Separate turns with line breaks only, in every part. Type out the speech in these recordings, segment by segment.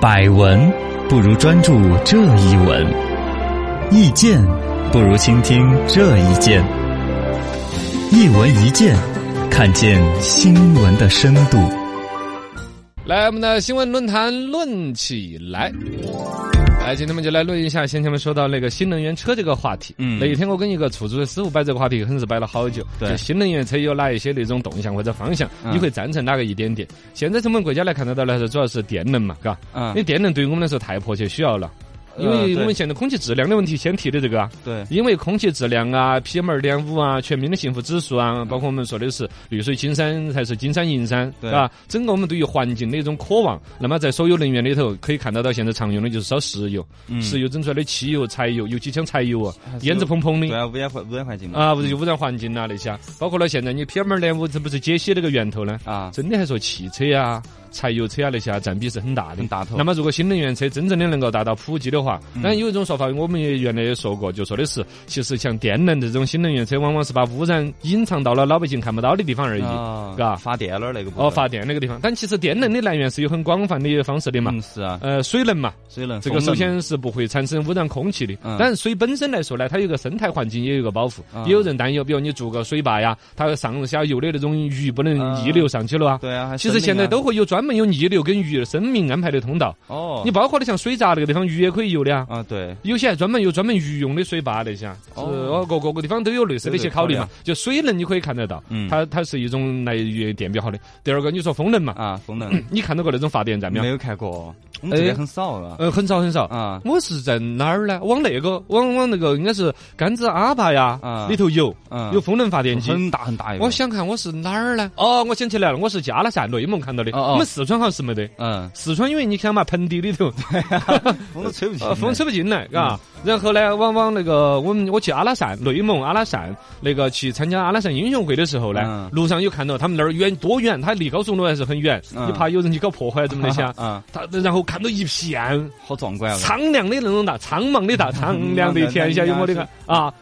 百闻不如专注这一闻，意见不如倾听这一见。一闻一见，看见新闻的深度。
来，我们的新闻论坛论起来。来，今天我们就来论一下先前们说到那个新能源车这个话题。
嗯
那一天我跟一个出租车师傅摆这个话题，可能是摆了好久。
对
就新能源车有哪一些那种动向或者方向，
嗯
你会赞成哪个一点点？现在从我们国家来看得到来说，主要是电能嘛，嘎。
啊
嗯
因为电能对于我们来说太迫切需要了。因
呃
为我们现在空气质量的问题，先提的这个啊，
对
因为空气质量啊、PM 二点五啊、全民的幸福指数啊，包括我们说的是绿水青山才是金山银山，
对
吧？整个我们对于环境的一种渴望，那么在所有能源里头，可以看得到现在常用的就是烧石油，
嗯
石油整出来的汽油、柴油，尤其像柴油啊，烟
烟
子
喷
蓬蓬
对
的。
啊，污染环污染环境嘛
啊，污染环境呐、那些啊，包括了现在你 PM 二点五，这不是解析那个源头呢？
啊，
真的还说汽车啊、柴油车啊那些啊，占比是很大的
很。大头嗯
那。么，如果新能源车真正的能够达到普及的话，当然有一种说法，我们也原来也说过，就说的是，其实像电能这种新能源车，往往是把污染隐藏到了老百姓看不到的地方而已，
啊
嘎
发电了那个部分
哦，发电那个地方。但其实电能的来源是有很广泛的方式的嘛，
嗯是啊，
呃，水能嘛，
水能
这个首
风能
先是不会产生污染空气的。
嗯
当然，水本身来说呢，它有一个生态环境也有一个保护。
啊
也有人担忧，比如你做个水坝呀，它上下游的那种鱼不能
啊
溢流上去了啊。
对啊，还
其实
森林
现在
啊
都会有专门有逆流跟鱼生命安排的通道。
哦
你包括的像水闸那个地方，鱼也可以游的啊。
啊对
有些还专门有专门鱼用的水坝那些啊，是
哦
哦，各各个地方都有类似的一些考虑嘛
对。
就水能你可以看得到，
嗯
它它是一种来源电比较好的。第二个你说风能嘛，
啊风能
你看到过那种发电 站没
没
有？
有看过，我们
哎
这边很少啊
呃，很少很少。
啊
我是在哪儿呢？往那个往往那个应该是甘孜阿坝呀
啊
里头有
啊
有风能发电机。
很大很大一个，
我想看我是哪儿呢？哦，我想起来了，我是加拉萨内蒙看到的。
哦哦
我们四川好像是没得。
嗯
四川因为你看嘛，盆地里头，
风都吹不进
呃，
来，
呃风吹不进来，嘎。
嗯
然后呢，往往那个我们我去阿拉善，内蒙阿拉善那个去参加阿拉善英雄会的时候呢
嗯，
路上有看到他们那儿远多远，他离高速公路还是很远，
嗯？
你怕有人去搞破坏怎么那些啊
啊
他然后看到一片
好壮观啊
苍凉的那种大，苍茫的大，
嗯
苍凉的天下有我的个啊！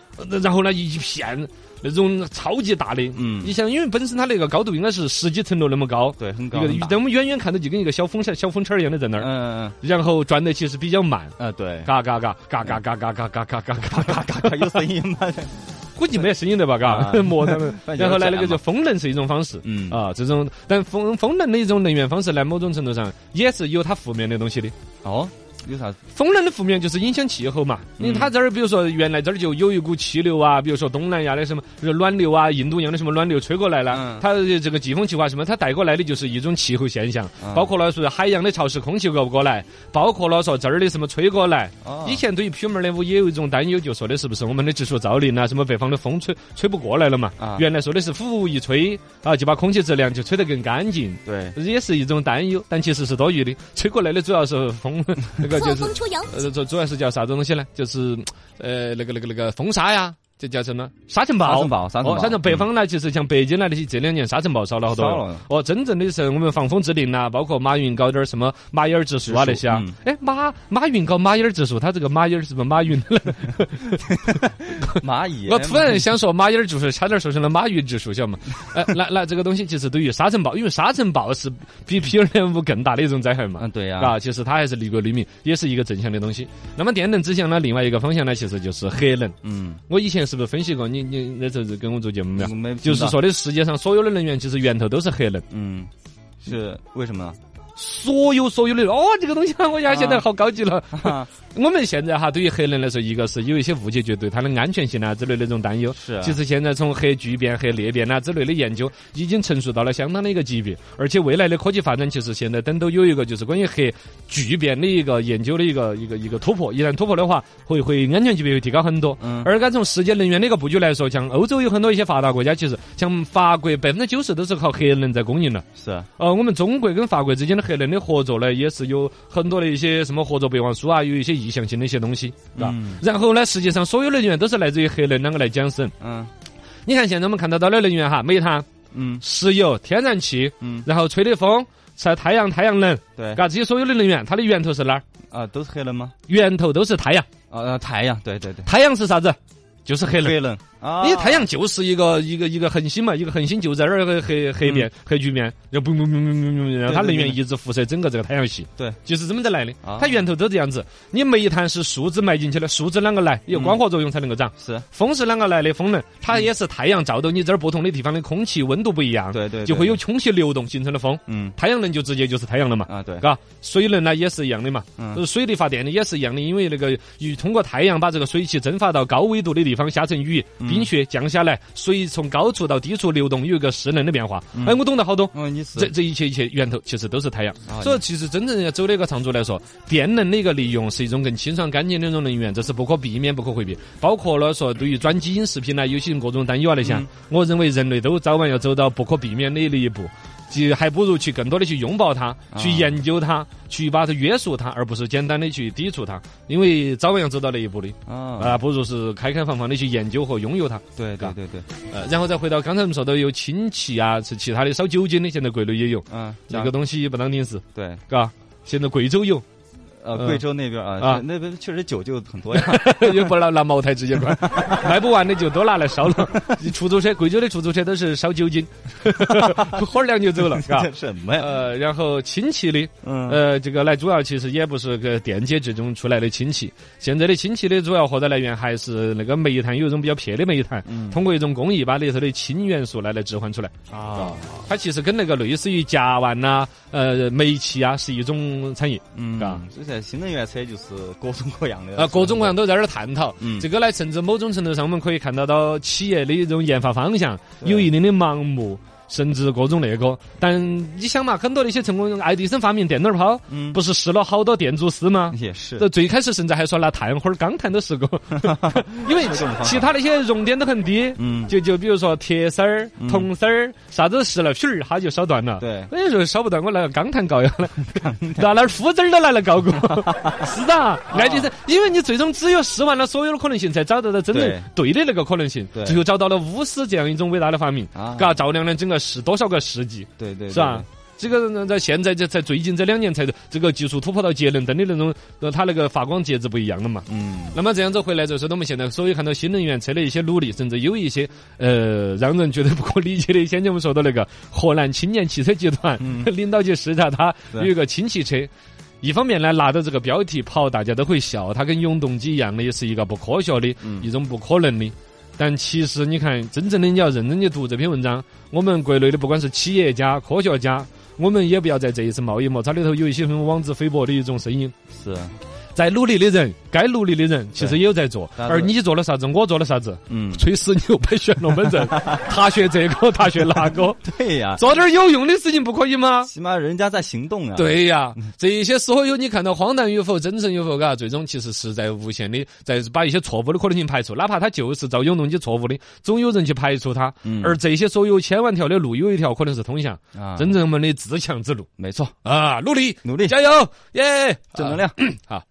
然后呢，一片那种超级大的，
嗯
你想，因为本身它那个高度应该是十几层楼那么高，
对很
一
高
个
很大
等我们远远看到就跟一个小风车、小风车一样的在那
嗯
儿，
嗯
然后转的其实比较慢。
嗯啊对
嘎嘎嘎嘎嘎嘎嘎嘎嘎嘎嘎嘎嘎嘎，
嘎有声音吗？
估计没声音的吧？嘎
啊，
磨他们。
反正
然后呢，
就是这样
那个就
嘛
风能是一种方式。
嗯
啊，这种但风风能的一种能源方式呢，某种程度上也是有它负面的东西的。
哦有啥子
风能的负面就是影响气候嘛，
嗯
因为它这儿比如说原来这儿就有一股气流啊，比如说东南亚的什么比如暖流啊，印度洋的什么暖流吹过来了
嗯，
它这个季风气化什么，它带过来的就是一种气候现象，
嗯
包括了说海洋的潮湿空气过不过来，包括了说这儿的什么吹过来，
哦
以前对于 PM 二点五也有一种担忧，就说的是不是我们的技术造林啊，什么北方的风吹吹不过来了嘛？
啊
原来说的是呼一吹啊，就把空气质量就吹得更干净，
对
也是一种担忧，但其实是多余的。吹过来的主要是风， 那个就
错
是
峰出游，
呃，主主要是叫啥子东西呢？就是呃那个那个那个风沙呀。这叫什么？沙尘暴。
沙尘暴沙尘暴
哦，沙尘北方呢，其实像北京呢，那些这两年沙尘暴少了好多。
少了
哦，真正的是我们防风制定呐，包括马云搞点儿什么马眼儿指数啊
指数
那些啊
嗯。
哎，马马云搞马眼儿指数，他这个马眼儿是不是马云？
蚂蚁啊
我突然想说马眼儿指数，差点说成了马云指数，晓得吗？哎，那那这个东西其实对于沙尘暴，因为沙尘暴是比 P 二点五更大的一种灾害嘛。
嗯对呀
啊，其实它还是利国利民，也是一个正向的东西。那么电能指向呢，另外一个方向呢，其实就是核能。
嗯
我以前是不是分析过？你你那时候跟我做节目没
我
有？
没听
就是
到
说的世界上所有的能源，其实源头都是核能。
嗯是为什么呢？
所有所有的哦，这个东西啊我呀现在好高级了。
啊
我们现在哈，对于核能来说，一个是有一些误解，对它的安全性啊之类的那种担忧。
是啊
其实现在从核聚变、核裂变啊之类的研究，已经成熟到了相当的一个级别。而且未来的科技发展，其实现在等都有一个就是关于核聚变的一个研究的一个一个一个突破。一旦突破的话，会会安全级别会提高很多。
嗯
而按从世界能源的一个布局来说，像欧洲有很多一些发达国家，其实像法国百分之九十都是靠核能在供应了。
是啊
呃，我们中国跟法国之间的核能的合作呢，也是有很多的一些什么合作备忘书啊，有一些意向性的一些东西，嘎。
嗯
然后呢，实际上所有的能源都是来自于核能啷个来讲省。
嗯
你看现在我们看得到的能源哈，煤炭、
嗯
石油、天然气，
嗯
然后吹的风、晒太阳、太阳能，
对
嘎，这些所有的能源，它的源头是哪儿？
啊都是黑人吗？啊
源头都是太阳。
啊，呃太阳，对对对，
太阳是啥子？就是黑了。
黑冷啊，
因为太阳就是一个一个一个恒星嘛，一个恒星就在那儿个黑黑
嗯
面黑局面，然后不不不不不不，然后它能源一直辐射整个这个太阳系，
对，
就是这么得来的
啊。
它源头都这样子，你煤炭是树脂埋进去的，树脂啷个来？有光合作用才能够长。
是，啊
风是啷个来的？风能，它也是太阳照到你这儿不同的地方的空气温度不一样，
对对，
就会有
对，
空气流动形成的风。
嗯
太阳能就直接就是太阳能嘛，
啊对，
嘎，水能呢也是一样的嘛，
嗯
呃水力发电呢也是一样的，因为那个雨通过太阳把这个水汽蒸发到高纬度的地方，下成雨，
嗯
冰雪降下来，水从高处到低处流动，有一个势能的变化。哎，我懂得好多。
哦你是
这这一切一切源头其实都是太阳，
啊
所以其实真正要走的一个长足来说，电能的一个利用是一种更清爽干净的一种能源，这是不可避免、不可回避。包括了说对于转基因食品呢，有些各种担忧啊那些，
嗯
我认为人类都早晚要走到不可避免的那一步。即还不如去更多的去拥抱它，
啊
去研究它，去把它约束它，而不是简单的去抵触它，因为早晚要走到那一步的
啊，
啊，不如是开开放放的去研究和拥有它。
对对对对，
呃，然后再回到刚才我们说到有氢气啊，是其他的烧酒精的，现在国内也有。
嗯，
这
讲
个东西不当定是，
对，
嘎。现在贵州有，
呃，
嗯
贵州那边啊，
啊
是那边确实酒就很多呀，
也不拿拿茅台直接灌，卖不完的就都拿来烧了。出租车，贵州的出租车都是烧酒精， 喝两就走了， 嘎。
这什么呀？
呃，然后氢气的，
嗯，
呃，这个来主要其实也不是个电解质中出来的氢气，现在的氢气的主要获得来源还是那个煤炭，有一种比较撇的煤炭，
嗯
通过一种工艺把里头的氢元素来来置换出来。
啊，
它其实跟那个类似于甲烷呐、呃煤气啊是一种产业。
嗯
嘎，
所以现在新能源车就是各种各样的
啊，各种各样都在那儿探讨。
嗯
这个呢，甚至某种程度上，我们可以看到到企业的一种研发方向
对
有一定的盲目，甚至各种那个。但你想嘛，很多那些成功人，爱迪生发明电灯泡，
嗯
不是试了好多电阻丝吗？
也是
这最开始甚至还说拿炭火儿、钢炭都试 过，因为
这种方法
其他那些熔点都很低。
嗯，
就就比如说铁丝儿、
嗯
铜丝儿，啥子试了，皮儿它就烧断了。
对
那时候哎烧不断，我拿个钢炭搞呀，拿那儿斧子儿都拿来 搞过，是
啊
的，爱迪生，因为你最终只有试完了所有的可能性，才找到了真正对的那个可能性
对，
最后找到了钨丝这样一种伟大的发明，
啊
嘎，照亮了整个世多少个世纪，
对对
是吧？？这个在现在这才最近这两年才这个技术突破到节能灯的那种，呃它那个发光介质不一样了嘛。
对嗯，
那么这样子回来就是，我们现在所以看到新能源车的一些努力，甚至有一些呃让人觉得不可理解的。先前我们说到那个河南青年汽车集团、
嗯
领导去视察它
对
有一个氢汽车。一方面呢，拿到这个标题跑，大家都会笑，它跟永动机一样的，也是一个不科学的、
嗯
一种不可能的。但其实你看，真正的你要认真去读这篇文章，我们国内的不管是企业家、科学家，我们也不要在这一次贸易摩擦里头有一些什么妄自菲薄的一种声音。
是，
在努力的人，该努力的人其实也有在做，
对
而你做了啥子，我做了啥 子，
嗯，
吹死牛掰旋龙门阵，他学这个，他学那个，
对呀，
做点有用的事情不可以吗？
起码人家在行动啊，，
对呀，这一些所有你看到荒诞与否、真诚与否，嘎，啊最终其实是在无限的在把一些错误的可能性排除，哪怕它就是造永动机错误的，总有人去排除它。
嗯
而这些所有千万条的路，有一条可能是通向
啊，
真正我们的自强之路
没错，
啊！努力，
努力
加油，耶！
正能量。
啊，好。